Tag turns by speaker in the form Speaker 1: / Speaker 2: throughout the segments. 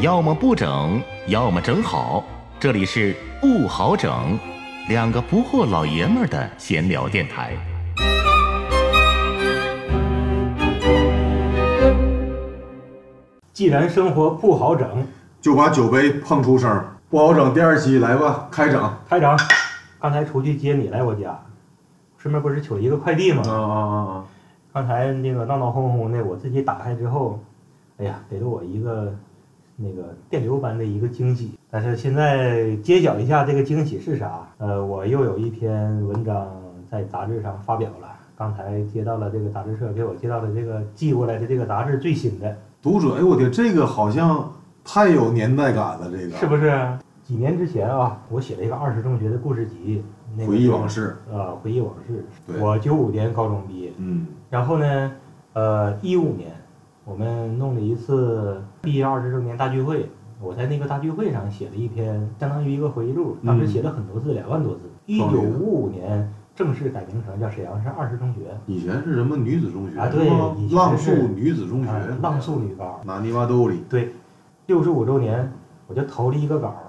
Speaker 1: 要么不整，要么整好。这里是不好整，两个不惑老爷们儿的闲聊电台。
Speaker 2: 既然生活不好整，
Speaker 3: 就把酒杯碰出声儿。不好整，第二期来吧，开整。啊
Speaker 2: 台长，刚才出去接你来我家，顺便不是取了一个快递吗？
Speaker 3: 啊啊
Speaker 2: 哦
Speaker 3: 啊！
Speaker 2: 刚才那个闹闹哄哄的，我自己打开之后，哎呀，给了我一个那个电流般的一个惊喜。但是现在揭晓一下这个惊喜是啥？呃，我又有一篇文章在杂志上发表了。刚才接到了这个杂志社给我接到的这个寄过来的这个杂志最新的，
Speaker 3: 读者，哎我天，这个好像太有年代感了，这个
Speaker 2: 是不是？几年之前啊，我写了一个二十中学的故事集，那个
Speaker 3: 回忆往事。
Speaker 2: 呃，回忆往事。
Speaker 3: 对
Speaker 2: 我九五年高中毕业，
Speaker 3: 嗯，
Speaker 2: 然后呢，呃，一五年我们弄了一次毕业二十周年大聚会，我在那个大聚会上写了一篇，相当于一个回忆录，当时写了很多字，两万多字。一
Speaker 3: 嗯双
Speaker 2: 九
Speaker 3: 语
Speaker 2: 五五年正式改名成叫沈阳市二十中学，
Speaker 3: 以前是什么女子中学
Speaker 2: 啊对
Speaker 3: 是吗
Speaker 2: 以前是
Speaker 3: 浪速女子中学嗯
Speaker 2: 啊，浪速女高。
Speaker 3: 拿泥巴兜里，
Speaker 2: 对，六十五周年我就投了一个稿儿，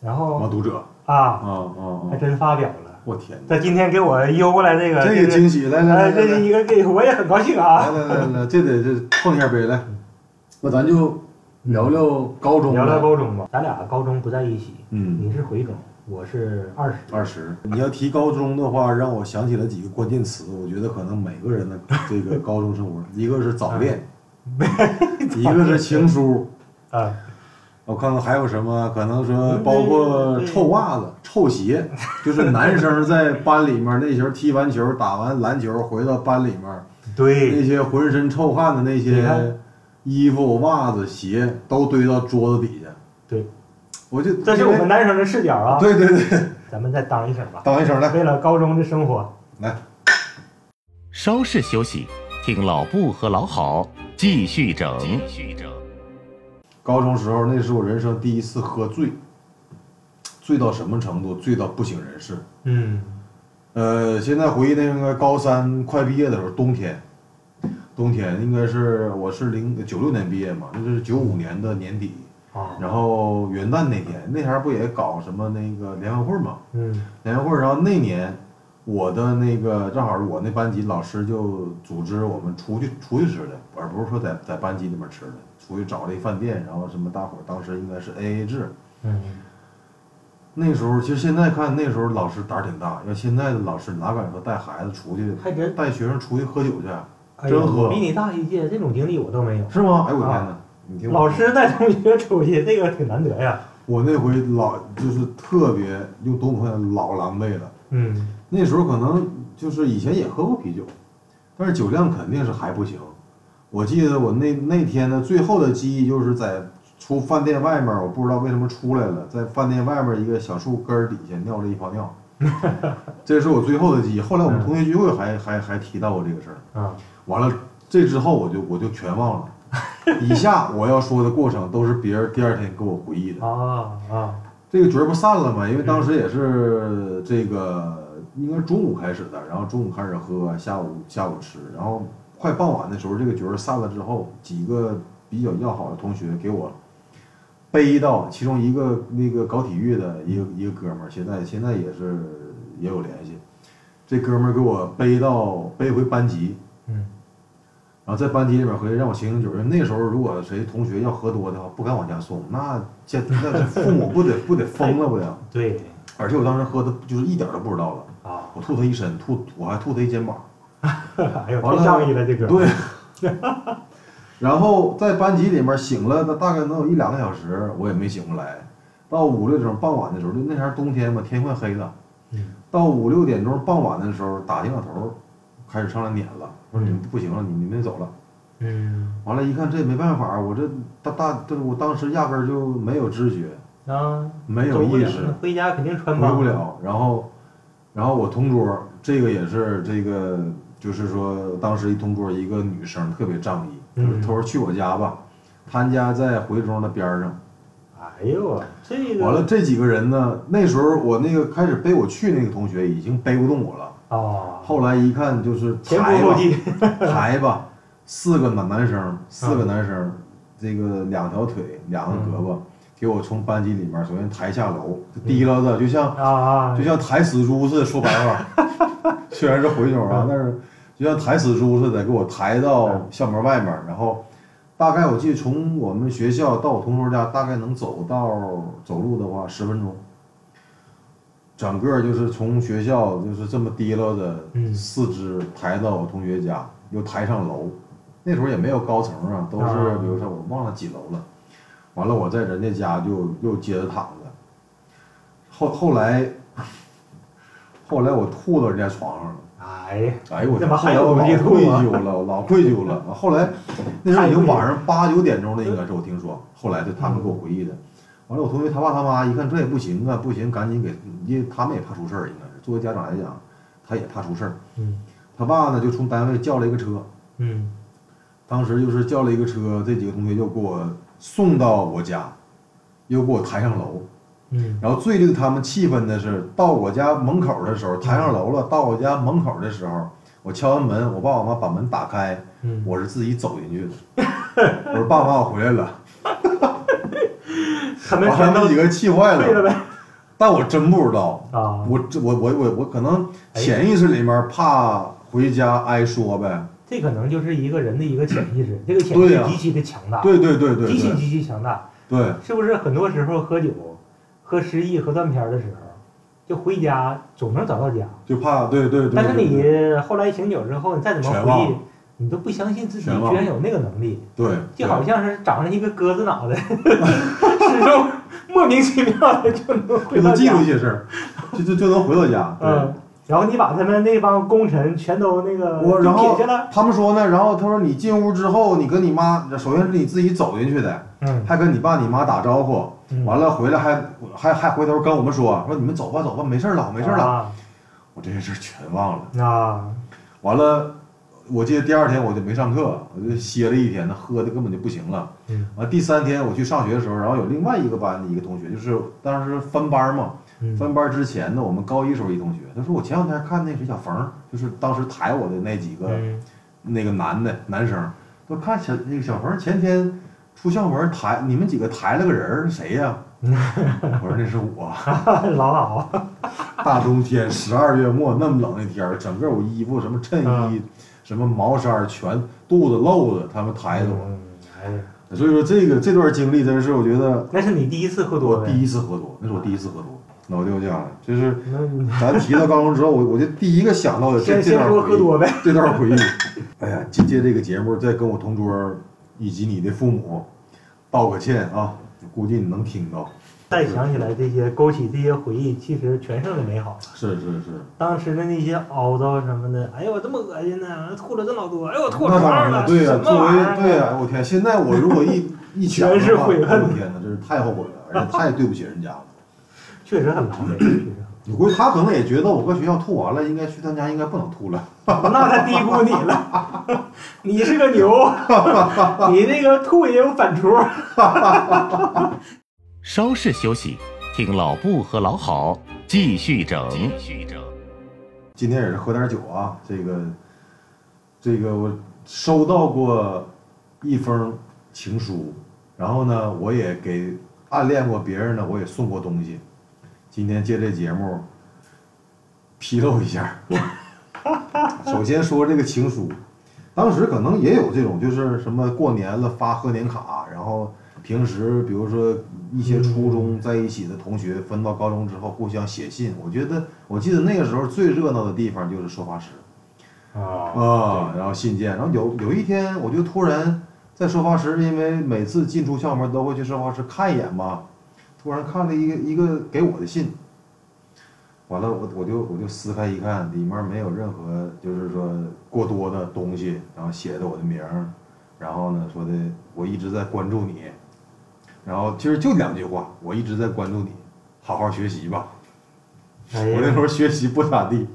Speaker 2: 然
Speaker 3: 啊，
Speaker 2: 后
Speaker 3: 读者，啊
Speaker 2: 啊，
Speaker 3: 啊啊
Speaker 2: 还！真发表了。
Speaker 3: 我天哪，
Speaker 2: 他今天给我邮过来这个，
Speaker 3: 这个
Speaker 2: 这个
Speaker 3: 惊喜，来来来
Speaker 2: 哎，
Speaker 3: 来
Speaker 2: 这是
Speaker 3: 来
Speaker 2: 一个给我也很高兴
Speaker 3: 来
Speaker 2: 啊。
Speaker 3: 来来来，这得这碰一下杯来。那咱就聊聊高中，
Speaker 2: 嗯聊聊，高中嗯吧，咱俩高中不在一起，
Speaker 3: 嗯，
Speaker 2: 你是回中，我是二十。
Speaker 3: 二十。你要提高中的话，让我想起了几个关键词，我觉得可能每 个人的这个高中生活，一个是早恋，
Speaker 2: 哎
Speaker 3: 一个是情书，
Speaker 2: 啊，
Speaker 3: 我看看还有什么，可能说
Speaker 2: 嗯
Speaker 3: 包括臭袜子、臭鞋，就是男生在班里面那时候踢完球、打完篮球回到班里面，那
Speaker 2: 对，
Speaker 3: 些浑身臭汗的那
Speaker 2: 你
Speaker 3: 些
Speaker 2: 看
Speaker 3: 衣服、袜子、鞋都堆到桌子底下。
Speaker 2: 对，
Speaker 3: 我就
Speaker 2: 这是我们男生的视角啊。
Speaker 3: 对对对，
Speaker 2: 咱们再当一声吧，
Speaker 3: 当一声来
Speaker 2: 为了高中的生活，
Speaker 3: 来，
Speaker 1: 稍事休息，听老布和老好继续整。继续整。
Speaker 3: 高中时候那是我人生第一次喝醉，醉到什么程度？醉到不省人事。
Speaker 2: 嗯，
Speaker 3: 呃，现在回忆那应该高三快毕业的时候，冬天，冬天应该是我是零九六年毕业嘛，那就是九五年的年底，
Speaker 2: 啊，
Speaker 3: 然后元旦那天，那前儿不也搞什么那个联欢会嘛？
Speaker 2: 嗯，
Speaker 3: 联欢会，然后那年我的那个正好是我那班级老师就组织我们出去出去吃的，而不是说在在班级里面吃的，出去找了一饭店，然后什么大伙儿当时应该是 A A 制，
Speaker 2: 嗯，
Speaker 3: 那时候其实现在看，那时候老师胆儿挺大，要现在的老师哪敢说带孩子出去，
Speaker 2: 嗯还真，
Speaker 3: 带学生出去喝酒去，
Speaker 2: 哎
Speaker 3: 真
Speaker 2: 呦，
Speaker 3: 喝
Speaker 2: 我比你大一届，这种经历我都没有。
Speaker 3: 是吗？哎我天哪！你听我
Speaker 2: 啊老师带同学出去，这个挺难得呀。
Speaker 3: 我那回老就是特别用东北话讲老狼狈了。
Speaker 2: 嗯，
Speaker 3: 那时候可能就是以前也喝过啤酒，但是酒量肯定是还不行。我记得我那那天的最后的记忆就是在出饭店外面，我不知道为什么出来了，在饭店外面一个小树根儿底下尿了一泡尿，这是我最后的记忆。后来我们同学聚会还还还提到过这个事儿。
Speaker 2: 啊，
Speaker 3: 完了，这之后我就我就全忘了。以下我要说的过程都是别人第二天给我回忆的。
Speaker 2: 啊啊，
Speaker 3: 这个局儿不散了吗？因为当时也是这个应该是中午开始的，然后中午开始喝，下午下午吃，然后快傍晚的时候，这个局儿散了之后，几个比较要好的同学给我背到其中一个那个搞体育的一个一个哥们儿，现在现在也是也有联系，这哥们儿给我背到背回班级，
Speaker 2: 嗯，
Speaker 3: 然后在班级里面回去让我醒醒酒，因为那时候如果谁同学要喝多的话，不敢往家送，那家那这父母不得不得疯了不得。
Speaker 2: 对，
Speaker 3: 而且我当时喝的就是一点都不知道了，
Speaker 2: 啊，
Speaker 3: 我吐他一身，吐我还吐他一肩膀。
Speaker 2: 哎呦，
Speaker 3: 完
Speaker 2: 太
Speaker 3: 了
Speaker 2: 仗义了，这哥。
Speaker 3: 对。然后在班级里面醒了，那大概能有一两个小时，我也没醒过来。到五六点钟傍晚的时候，就那前儿冬天嘛，天快黑了。
Speaker 2: 嗯
Speaker 3: 到五六点钟傍晚的时候，打电话头儿开始上来撵了，我说你们不行了，你你们得走了。
Speaker 2: 嗯
Speaker 3: 完了，一看这也没办法，我这大大这我当时压根儿就没有知觉，
Speaker 2: 啊，
Speaker 3: 没有
Speaker 2: 走不
Speaker 3: 意
Speaker 2: 了
Speaker 3: 识
Speaker 2: 那，回家肯定穿
Speaker 3: 回
Speaker 2: 帮。
Speaker 3: 不了。然后，然后我同桌这个也是这个，就是说当时一同桌一个女生特别仗义，就是
Speaker 2: 嗯
Speaker 3: 她说去我家吧，她家在回庄的边儿上。
Speaker 2: 哎呦，这个
Speaker 3: 完了，这几个人呢，那时候我那个开始背我去那个同学已经背不动我了，
Speaker 2: 啊，
Speaker 3: 后来一看就是
Speaker 2: 前
Speaker 3: 抬
Speaker 2: 仆
Speaker 3: 吧
Speaker 2: 后继，啊
Speaker 3: 抬吧，四个男男生，四个男生，这个两条腿、两个胳
Speaker 2: 嗯
Speaker 3: 膊，给我从班级里面首先抬下楼，提溜着就像
Speaker 2: 啊啊
Speaker 3: 就，像抬死猪似的，说白话， 虽然是回头啊，但是就像抬死猪似的，给我抬到校门外面儿，然后大概我记得从我们学校到我同桌家，大概能走到走路的话十分钟。整个就是从学校就是这么提溜着
Speaker 2: 嗯
Speaker 3: 四肢抬到我同学家，又抬上楼。那时候也没有高层啊，都是
Speaker 2: 啊
Speaker 3: 比如说我忘了几楼了。完了，我在人家家就又接着躺着。后后来，后来我吐到人家床上了。
Speaker 2: 哎呀，
Speaker 3: 哎呦我
Speaker 2: 怎么
Speaker 3: 后
Speaker 2: 还
Speaker 3: 来
Speaker 2: 有
Speaker 3: 我老
Speaker 2: 这
Speaker 3: 愧
Speaker 2: 种啊
Speaker 3: 疚了，我老愧疚了。后 来那时候已经晚上八九点钟了，应该是我听说。后来就他们给
Speaker 2: 嗯
Speaker 3: 我回忆的。完了，我同学他爸他妈一看这也不行啊，不行，赶紧给，因为他们也怕出事儿，应该是作为家长来讲，他也怕出事儿。
Speaker 2: 嗯
Speaker 3: 他爸呢就从单位叫了一个车，
Speaker 2: 嗯
Speaker 3: 当时就是叫了一个车，这几个同学又给我送到我家，又给我抬上楼。
Speaker 2: 嗯，
Speaker 3: 然后最令他们气愤的是，到我家门口的时候，抬上楼了。到我家门口的时候，我敲完门，我爸我妈把门打开，
Speaker 2: 嗯
Speaker 3: 我是自己走进去的。我说爸妈，我回来了，
Speaker 2: 他们
Speaker 3: 把他
Speaker 2: 全
Speaker 3: 们
Speaker 2: 都
Speaker 3: 几个气坏
Speaker 2: 退了
Speaker 3: 了。
Speaker 2: 呗
Speaker 3: 但我真不知道，
Speaker 2: 啊，
Speaker 3: 我这我我我我可能潜意识里面怕回家挨说呗。
Speaker 2: 这可能就是一个人的一个潜意识，这个潜意
Speaker 3: 对
Speaker 2: 识
Speaker 3: 呀
Speaker 2: 极其的强大，
Speaker 3: 对对对对
Speaker 2: 极其
Speaker 3: 对
Speaker 2: 极其强大，
Speaker 3: 对，
Speaker 2: 是不是？很多时候喝酒、喝失忆、喝断片儿的时候，就回家总能找到家，
Speaker 3: 就怕对对对。
Speaker 2: 但是
Speaker 3: 对对
Speaker 2: 你后来醒酒之后，你再怎么
Speaker 3: 全
Speaker 2: 回忆
Speaker 3: 忘，
Speaker 2: 你都不相信自己
Speaker 3: 全忘
Speaker 2: 居然有那个能力，
Speaker 3: 对，
Speaker 2: 就好像是长了一个鸽子脑袋，始终莫名其妙的就能
Speaker 3: 对
Speaker 2: 回
Speaker 3: 就
Speaker 2: 到
Speaker 3: 能记
Speaker 2: 家
Speaker 3: 住。一些 事儿，就就就能回到家。对。
Speaker 2: 嗯，然后你把他们那帮功臣全都那个就
Speaker 3: 我然后
Speaker 2: 撇下了，
Speaker 3: 他们说呢，然后他说你进屋之后，你跟你妈，首先是你自己走进去的，
Speaker 2: 嗯，
Speaker 3: 还跟你爸你妈打招呼，
Speaker 2: 嗯
Speaker 3: 完了回来还还还回头跟我们说，说你们走吧走吧，没事儿了，没事儿了。
Speaker 2: 啊
Speaker 3: 我这些事儿全忘了。
Speaker 2: 啊，
Speaker 3: 完了，我记得第二天我就没上课，我就歇了一天，那喝的根本就不行了。
Speaker 2: 嗯，
Speaker 3: 完第三天我去上学的时候，然后有另外一个班的一个同学，就是当时分班嘛，
Speaker 2: 嗯
Speaker 3: 分班之前呢，我们高一时候一同学，他说我前两天看那谁小冯，就是当时抬我的那几个。
Speaker 2: 嗯
Speaker 3: 那个男的男生，都看小那个小冯前天出校门抬你们几个抬了个人儿，谁呀、我说那是我，
Speaker 2: 老好，啊
Speaker 3: 大冬天十二月末那么冷的天儿，整个我衣服什么衬
Speaker 2: 嗯
Speaker 3: 衣、什么毛衫儿全肚子露着，他们抬着我。
Speaker 2: 嗯，哎呀，
Speaker 3: 所以说这个这段经历真是我觉得
Speaker 2: 那是你第一次喝多
Speaker 3: 我第
Speaker 2: 呗？
Speaker 3: 一次喝多，那是我第一次喝多，脑掉价了。就是
Speaker 2: 那你
Speaker 3: 咱提到高中之后，我我就第一个想到的这
Speaker 2: 先
Speaker 3: 这
Speaker 2: 先
Speaker 3: 段
Speaker 2: 说
Speaker 3: 回
Speaker 2: 喝
Speaker 3: 忆。
Speaker 2: 多呗？
Speaker 3: 这段回忆，哎呀，借借这个节目，再跟我同桌以及你的父母道个歉啊！估计你能听到。
Speaker 2: 再想起来这些，勾起这些回忆，其实全胜的美好。
Speaker 3: 是是是，
Speaker 2: 当时的那些凹糟什么的，哎呦我这么恶心呢，吐了这老多，哎呦我吐
Speaker 3: 那
Speaker 2: 床
Speaker 3: 当然
Speaker 2: 上
Speaker 3: 了，
Speaker 2: 了，
Speaker 3: 对呀、
Speaker 2: 什么
Speaker 3: 作
Speaker 2: 玩意
Speaker 3: 为
Speaker 2: 儿？啊
Speaker 3: 对呀、我天，现在我如果一一想的话，
Speaker 2: 全是悔恨
Speaker 3: 我天哪，真是太后悔了，而且太对不起人家了。
Speaker 2: 确实很狼狈，确实很
Speaker 3: 我估计他可能也觉得我搁学校吐完了，应该去他家应该不能吐了。
Speaker 2: 狼狈。 那他低估你了，你是个牛，你那个吐也有反刍。
Speaker 1: 稍事休息，听老布和老郝继续整。继续整。
Speaker 3: 今天也是喝点酒啊，这个这个我收到过一封情书，然后呢，我也给暗恋过别人呢，我也送过东西。今天借这节目披露一下， 首先说这个情书，当时可能也有这种，就是什么过年了发贺年卡，然后平时比如说一些初中在一起的同学分到高中之后互相写信，我觉得我记得那个时候最热闹的地方就是收发室
Speaker 2: 啊，
Speaker 3: 啊，然后信件，然后有有一天我就突然在收发室，因为每次进出校门都会去收发室看一眼嘛，突然看了一个一个给我的信，完了我我就我就撕开一看，里面没有任何就是说过多的东西，然后写的我的名儿，然后呢说的我一直在关注你，然后其实就两句话，我一直在关注你，好好学习吧。
Speaker 2: 哎
Speaker 3: 我那时
Speaker 2: 呀，
Speaker 3: 候学习不咋地，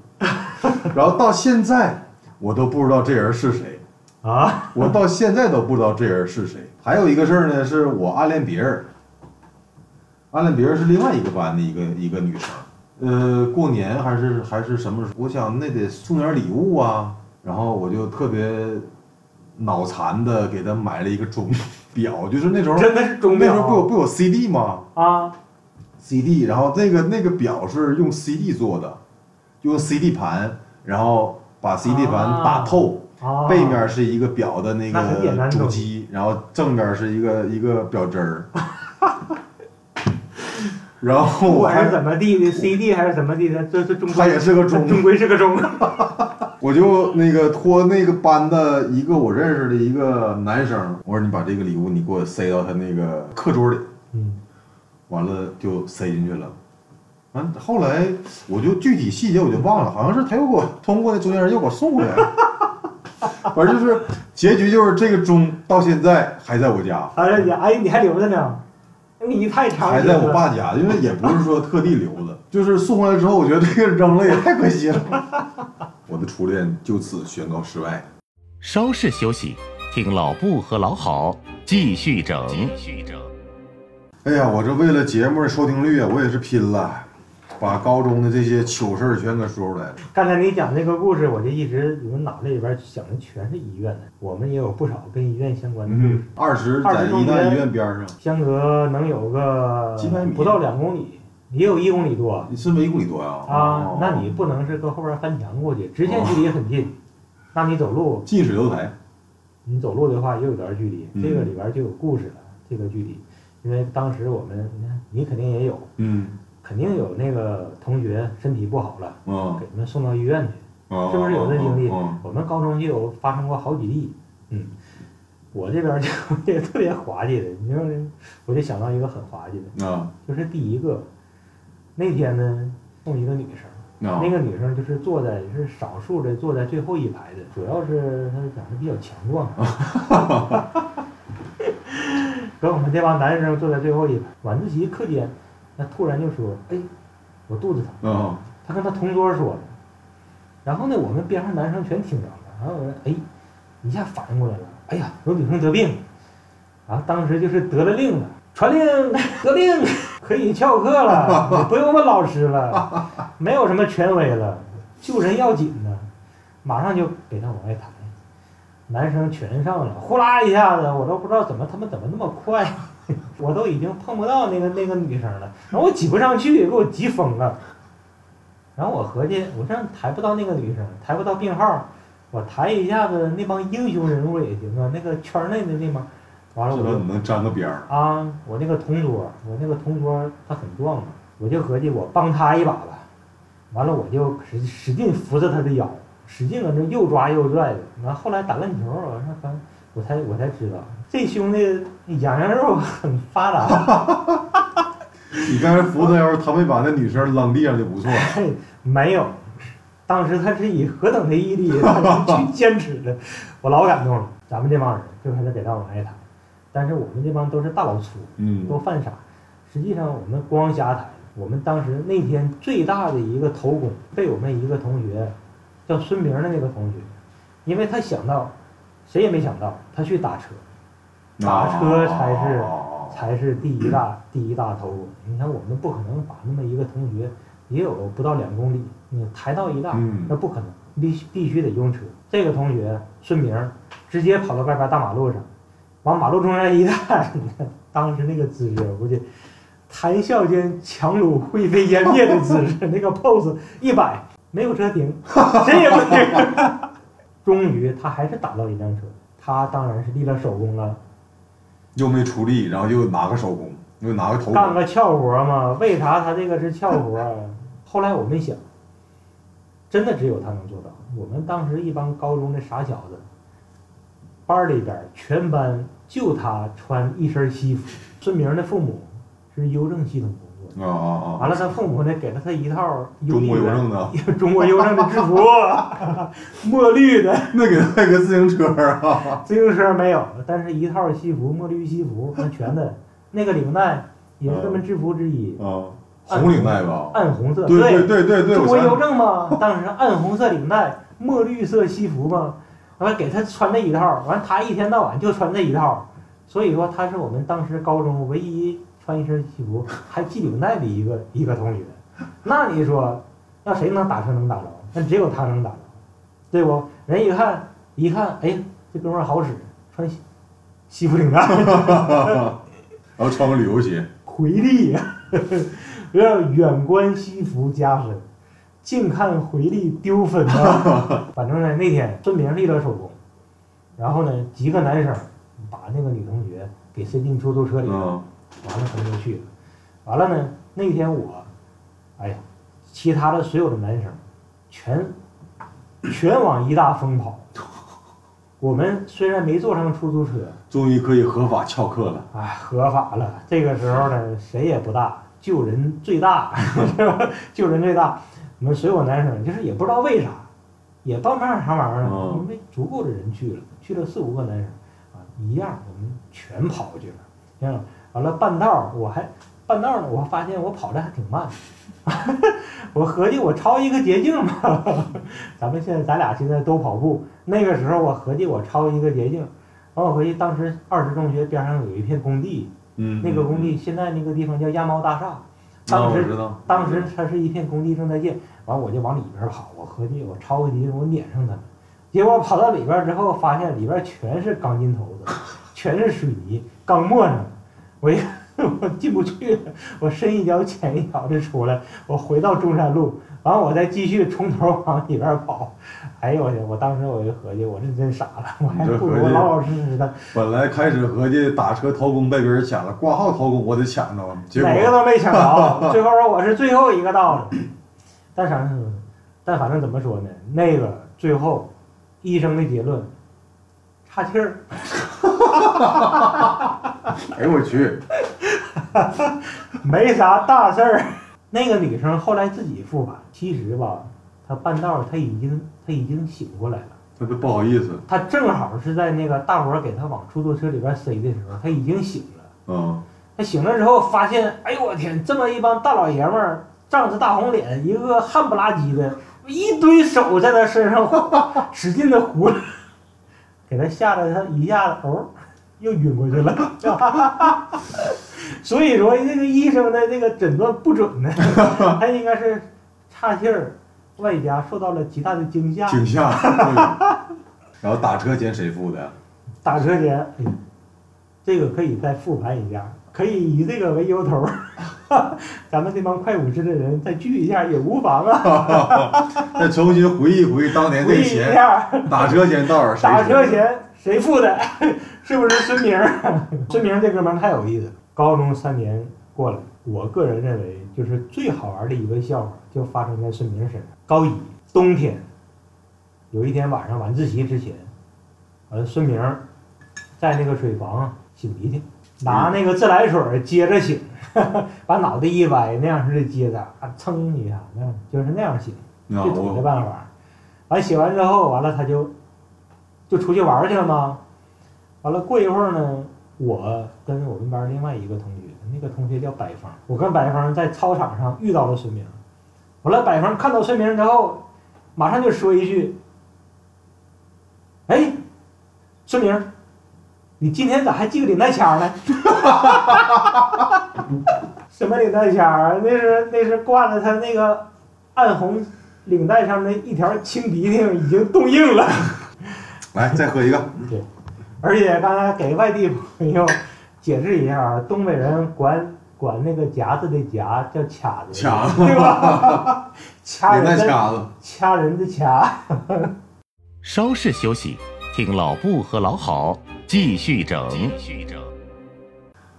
Speaker 3: 然后到现在我都不知道这人是谁，
Speaker 2: 啊，
Speaker 3: 我到现在都不知道这人是谁。还有一个事儿呢，是我暗恋别人，暗恋别人是另外一个班的一个一个女生，呃，过年还是还是什么时候？我想那得送点礼物啊，然后我就特别脑残的给他买了一个钟表，就是那时候
Speaker 2: 真的是钟
Speaker 3: 那时候不有
Speaker 2: 表
Speaker 3: 不有 CD 吗
Speaker 2: 啊！
Speaker 3: ？CD，然后那个那个表是用 CD 做的，用 CD 盘，然后把 CD
Speaker 2: 啊
Speaker 3: 盘打透，
Speaker 2: 啊，
Speaker 3: 背面是一个表的那
Speaker 2: 那很简
Speaker 3: 个
Speaker 2: 单
Speaker 3: 主
Speaker 2: 懂
Speaker 3: 机，然后正面是一个一个表针 儿。然后
Speaker 2: 不
Speaker 3: 我
Speaker 2: 管是
Speaker 3: 还
Speaker 2: 怎么地的，CD 还是怎么地的，这这终
Speaker 3: 它
Speaker 2: 归
Speaker 3: 也是个钟，
Speaker 2: 终归是个 钟。
Speaker 3: 我就那个托那个班的一个我认识的一个男生，我说你把这个礼物你给我塞到他那个课桌里，
Speaker 2: 嗯，
Speaker 3: 完了就塞进去了。完，后来我就具体细节我就忘了，好像是他又给我通过那中间人又给我送回来了。 反正就是结局就是这个钟到现在还在我家，
Speaker 2: 他说你哎，你还留着呢，你太长
Speaker 3: 还
Speaker 2: 情了。
Speaker 3: 在我爸家，因为也不是说特地留的，就是送回来之后，我觉得这个扔了也太可惜了。 我的初恋就此宣告失败。
Speaker 1: 稍事休息，听老布和老郝继续整。继续整。
Speaker 3: 哎呀，我这为了节目的收听率啊，我也是拼了，把高中的这些糗事儿全给说出来了。
Speaker 2: 刚才你讲这个故事，我就一直我脑子里边想的全是医院的。我们也有不少跟医院相关的故事，
Speaker 3: 二十
Speaker 2: 嗯二
Speaker 3: 在
Speaker 2: 十中
Speaker 3: 一
Speaker 2: 间
Speaker 3: 大医院边儿上，
Speaker 2: 相隔能有个
Speaker 3: 几百米
Speaker 2: 不到两公里，也有一公里多
Speaker 3: 你是没一公里多呀、
Speaker 2: 啊
Speaker 3: 哦。
Speaker 2: 那你不能是搁后边翻墙过去，直线距离很近。那你走路，
Speaker 3: 近水楼台，
Speaker 2: 你走路的话也有段距离，
Speaker 3: 嗯
Speaker 2: 这个里边就有故事了。这个距离，因为当时我们，你看你肯定也有，
Speaker 3: 嗯，
Speaker 2: 肯定有那个同学身体不好了，
Speaker 3: 啊、
Speaker 2: 给他们送到医院去。
Speaker 3: 啊，
Speaker 2: 是不是有这经历
Speaker 3: 嗯，
Speaker 2: 我们高中就有发生过好几例。嗯，我这边儿就 也特别滑稽的，你说这，我就想到一个很滑稽的，
Speaker 3: 嗯啊
Speaker 2: 就是第一个，那天呢送一个女生，
Speaker 3: 啊
Speaker 2: 那个女生就是坐在是少数的坐在最后一排的，主要是她长得比较强壮，跟我们这帮男生坐在最后一排。晚自习课间，她突然就说：“哎，我肚子疼。”
Speaker 3: 啊
Speaker 2: 他跟他同桌说的。然后呢，我们边上男生全听着了，然后我说，哎，一下反应过来了，哎呀，有女生得病了，然后当时就是得了令了，传令得令，可以翘课了，也不用问老师了，没有什么权威了，救人要紧呢，马上就给他往外抬，男生全上了，呼啦一下子，我都不知道怎么他们怎么那么快， 我都已经碰不到那个那个女生了，然后我挤不上去，给我急疯了。然后我合计，我这样抬不到那个女生，抬不到病号，我抬一下子那帮英雄人物也行啊，那个圈内的那帮，完了
Speaker 3: 这
Speaker 2: 我就
Speaker 3: 都能沾个边儿，
Speaker 2: 啊，我那个同桌，我那个同桌他很壮嘛，啊我就合计我帮他一把吧，完了我就使使劲扶着他的腰，使劲搁那又抓又拽的，完后来打篮球，我说反我才我才知道这兄弟痒痒肉很发达，
Speaker 3: 你刚才扶他，要是他没把那女生扔地上就不错了。
Speaker 2: 没有，当时他是以何等的毅力去坚持的，我老感动了。咱们这帮人就开始给他往外抬，但是我们这帮都是大老粗，都
Speaker 3: 嗯，
Speaker 2: 犯傻。实际上我们光瞎抬，我们当时那天最大的一个头功被我们一个同学，叫孙明的那个同学，因为他想到，谁也没想到他去打车， 打车才是
Speaker 3: 哦
Speaker 2: 才是第一 大第一大头功。你看我们不可能把那么一个同学也有不到两公里，你抬到一大，那
Speaker 3: 嗯，
Speaker 2: 不可能，必须必须得用车。这个同学孙明儿直接跑到外边大马路上，往马路中间一 站，当时那个姿势，我去，谈笑间强弩灰飞烟灭的姿势，那个 pose 一摆，没有车 停，谁也不停。终于，他还是打到一辆车，他当然是立了手功了，
Speaker 3: 又没出力，然后又拿个手工，又拿个头
Speaker 2: 干
Speaker 3: 工，
Speaker 2: 个窍活嘛。为啥他这个是窍活啊？后来我们想，真的只有他能做到。我们当时一帮高中的傻小子，班儿里边儿全班就他穿一身西服。孙明的父母是邮政系统工作
Speaker 3: 啊啊啊
Speaker 2: 的，！完了他父母呢给了他一套邮
Speaker 3: 中
Speaker 2: 递
Speaker 3: 国邮
Speaker 2: 员
Speaker 3: 政的，
Speaker 2: 中国邮政的 制服，墨绿的。
Speaker 3: 那给他一个自行车啊，
Speaker 2: 自行车没有，但是一套西服，墨绿西服，那全的，那个领带也是他们制服之一，
Speaker 3: 啊，红领带吧？
Speaker 2: 暗红色。
Speaker 3: 对对对对对，
Speaker 2: 中
Speaker 3: 我
Speaker 2: 国
Speaker 3: 想
Speaker 2: 邮政嘛，当时暗红色领 带，墨绿色西服嘛，完了给他穿这一套，完了他一天到晚就穿这一套，所以说他是我们当时高中唯一穿一身西服还系领带的一个 一个同学。那你说，要谁能打车能打着？那只有他能打着，对不？人一看一看，哎，这哥们儿好使，穿西西服领带，
Speaker 3: 然后穿个旅游鞋，
Speaker 2: 回力，啊 让远观西服加分，近看回力丢分啊。反正呢，那天孙明是一点手工，然后呢，几个男生把那个女同学给塞进出租车里，
Speaker 3: 嗯，
Speaker 2: 完了他们就去了。完了呢，那天我，哎呀，其他的所有的男生全全往一大疯跑。我们虽然没坐上出租车，
Speaker 3: 终于可以合法翘课了。
Speaker 2: 哎，合法了。这个时候呢，谁也不大，救人最大， 是吧？救人最大。我们所有男生就是也不知道为啥，也帮不上啥忙呢，
Speaker 3: 嗯
Speaker 2: 啊因为足够的人去了，去了四五个男生啊，一样我们全跑去了。这样完了半道儿我还半道儿呢，我发现我跑的还挺慢， 我合计我抄一个捷径吧。 咱们现在咱俩现在都跑步，那个时候我合计我抄一个捷径。完我回去，当时二十中学边上有一片工地，
Speaker 3: 嗯，
Speaker 2: 那个工地现在那个地方叫亚猫大厦，当时
Speaker 3: 啊我知道，
Speaker 2: 当时它是一片工地正在建，完我就往里边跑，我合计我抄个敌，我撵上他们。结果跑到里边之后，发现里边全是钢筋头子，全是水泥、钢沫上，我一 我进不去了，我深一脚浅一脚就出来，我回到中山路，完我再继续从头往里边跑。 哎呦我去！我当时我就合计，我这真傻了，我还
Speaker 3: 你这
Speaker 2: 不如
Speaker 3: 合计
Speaker 2: 老老实实的，
Speaker 3: 本来开始合计打车掏工被别人抢了，挂号掏工我得抢着，结
Speaker 2: 哪个
Speaker 3: 果
Speaker 2: 都没抢 着，最后说我是最后一个到的。但啥，但反正怎么说呢？那个最后医生的结论，岔气儿，
Speaker 3: 哎呦我去，
Speaker 2: 没啥大事儿。 那个女生后来自己复盘，其实吧，她半道儿她已经她已经醒过来了，
Speaker 3: 他都不好意思，
Speaker 2: 她正好是在那个大伙儿给她往出租车里边塞的时候，她已经醒了。
Speaker 3: 嗯，
Speaker 2: 他醒了之后发现，哎呦我天，这么一帮大老爷们儿，仗着大红脸，一个汗不拉几的，一堆手在他身上 使劲的胡，给他吓得他一下子哦，又晕过去了。 所以说这个医生的这个诊断不准呢， 他应该是岔气儿，外加受到了极大的惊吓。
Speaker 3: 惊吓， 对然后打车钱谁付的？
Speaker 2: 打车前，哎
Speaker 3: 嗯
Speaker 2: 呀，这个可以再复盘一下，可以以这个为由头儿， 咱们这帮快五十的人再聚一下也无妨啊，
Speaker 3: 再重新回忆回忆当年
Speaker 2: 回
Speaker 3: 那
Speaker 2: 忆一
Speaker 3: 钱，
Speaker 2: 下
Speaker 3: 打车钱到底是谁
Speaker 2: 打
Speaker 3: 付
Speaker 2: 车
Speaker 3: 的？
Speaker 2: 钱谁付的， 是不是孙明儿？ 孙明儿这哥们儿太有意思了，高中三年过来，我个人认为就是最好玩的一个笑话就发生在孙明儿身上。高一冬天，有一天晚上晚自习之前，完了孙明儿在那个水房啊擤鼻涕，拿那个自来水儿接着擤， 把脑袋一歪那样式的接着，啊噌一下，那样就是那样擤。
Speaker 3: 啊，
Speaker 2: 最土的
Speaker 3: 我
Speaker 2: 办法。完写完之后，完了他就就出去玩儿去了嘛。完了过一会儿呢，我跟我们班儿另外一个同学，那个同学叫白芳，我跟白芳在操场上遇到了孙明。完了，白芳看到孙明之后，马上就说一句：“哎，孙明，你今天咋还系个领带卡儿呢？” 什么领带卡儿啊？那是那是挂着他那个暗红领带上的一条青鼻涕已经冻硬了。
Speaker 3: 来再喝一个，
Speaker 2: 而且刚才给外地朋友解释一下啊，东北人管管那个夹子的夹叫卡子，
Speaker 3: 卡
Speaker 2: 对 吧？掐
Speaker 3: 领
Speaker 2: 人
Speaker 3: 带
Speaker 2: 的
Speaker 3: 卡子，
Speaker 2: 掐人的掐。
Speaker 1: 稍事休息，听老布和老郝继续整。继续整。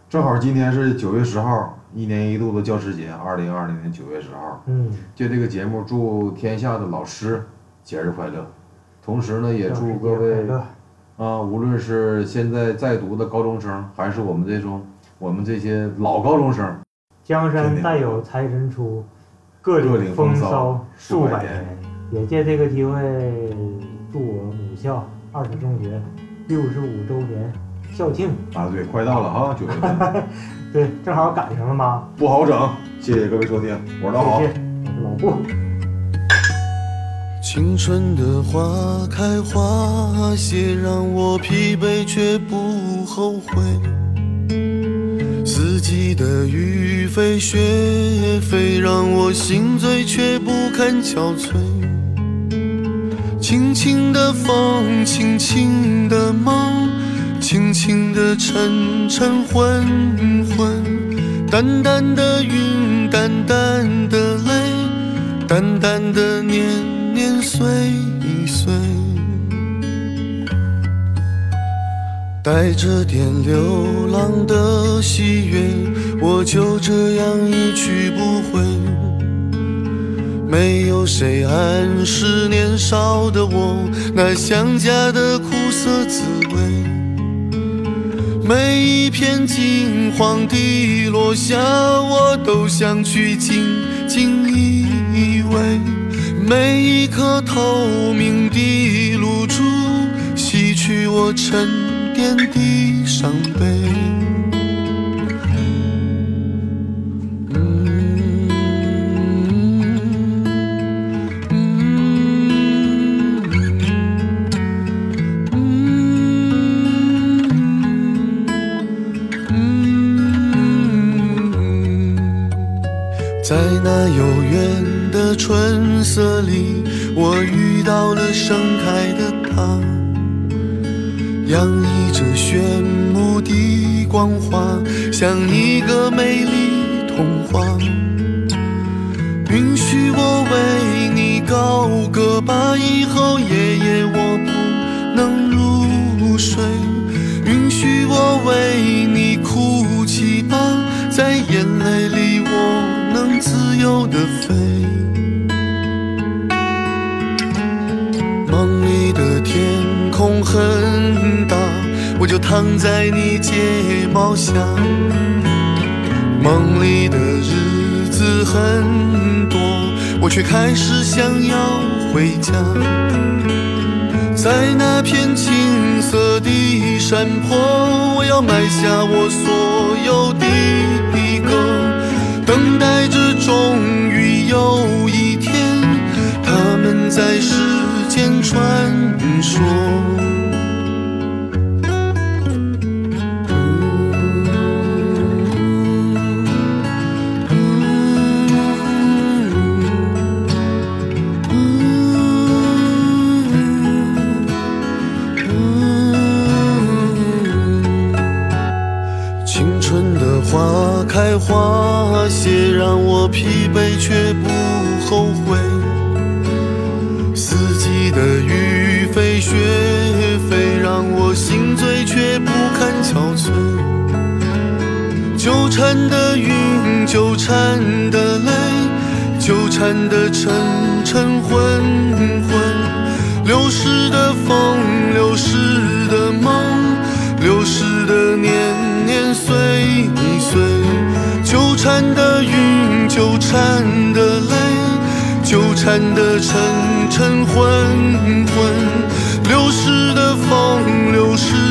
Speaker 3: 正好今天是九月十号，一年一度的教师节，二零二零年九月十号。
Speaker 2: 嗯，
Speaker 3: 借这个节目，祝天下的老师节日快乐，同时呢，也祝各
Speaker 2: 教师节快
Speaker 3: 位
Speaker 2: 乐
Speaker 3: 啊，无论是现在在读的高中生，还是我们这种我们这些老高中生，
Speaker 2: 江山代有才人出，各
Speaker 3: 各
Speaker 2: 领
Speaker 3: 领
Speaker 2: 风
Speaker 3: 风
Speaker 2: 骚
Speaker 3: 骚
Speaker 2: 数
Speaker 3: 数
Speaker 2: 百
Speaker 3: 百
Speaker 2: 年
Speaker 3: 年。
Speaker 2: 也借这个机会，祝我母校二十中学六十五周年校庆。
Speaker 3: 啊，对，快到了哈，九月份
Speaker 2: 对，正好赶上了嘛。
Speaker 3: 不好整。谢谢各位收听，我是老郝
Speaker 2: 谢。谢，我是老布。
Speaker 4: 青春的花开花谢，让我疲惫却不后悔。四季的雨飞雪飞，让我心醉却不堪憔悴。轻轻的风，轻轻的梦，轻轻的沉沉昏昏，淡淡的云，淡淡的泪，淡淡的年年岁岁，带着点流浪的喜悦，我就这样一去不回。没有谁暗示年少的我那想家的苦涩滋味。每一片金黄的落下，我都想去紧紧依偎。每一颗透明的露珠，洗去我沉淀的伤悲。嗯在那悠远的春色里，我遇到了盛开的她，洋溢着炫目的光华，像一个美丽童话。允许我为你高歌吧，以后夜夜我不能入睡。允许我为你哭泣吧，在眼泪里我能自由的飞。梦里的天空很大，我就躺在你睫毛下。梦里的日子很多，我却开始想要回家。在那片青色的山坡，我要埋下我所有的歌，等待着终于有一天，他们在世间传说。青春的花开花谢，让我疲惫却不后悔。四季的雨飞雪飞，让我心醉却不堪憔悴。纠缠的云，纠缠的泪，纠缠的沉沉昏昏，流逝的风，流逝的梦。流逝的年年岁岁，纠缠的云，纠缠的泪，纠缠的沉沉昏昏，流逝的风，流逝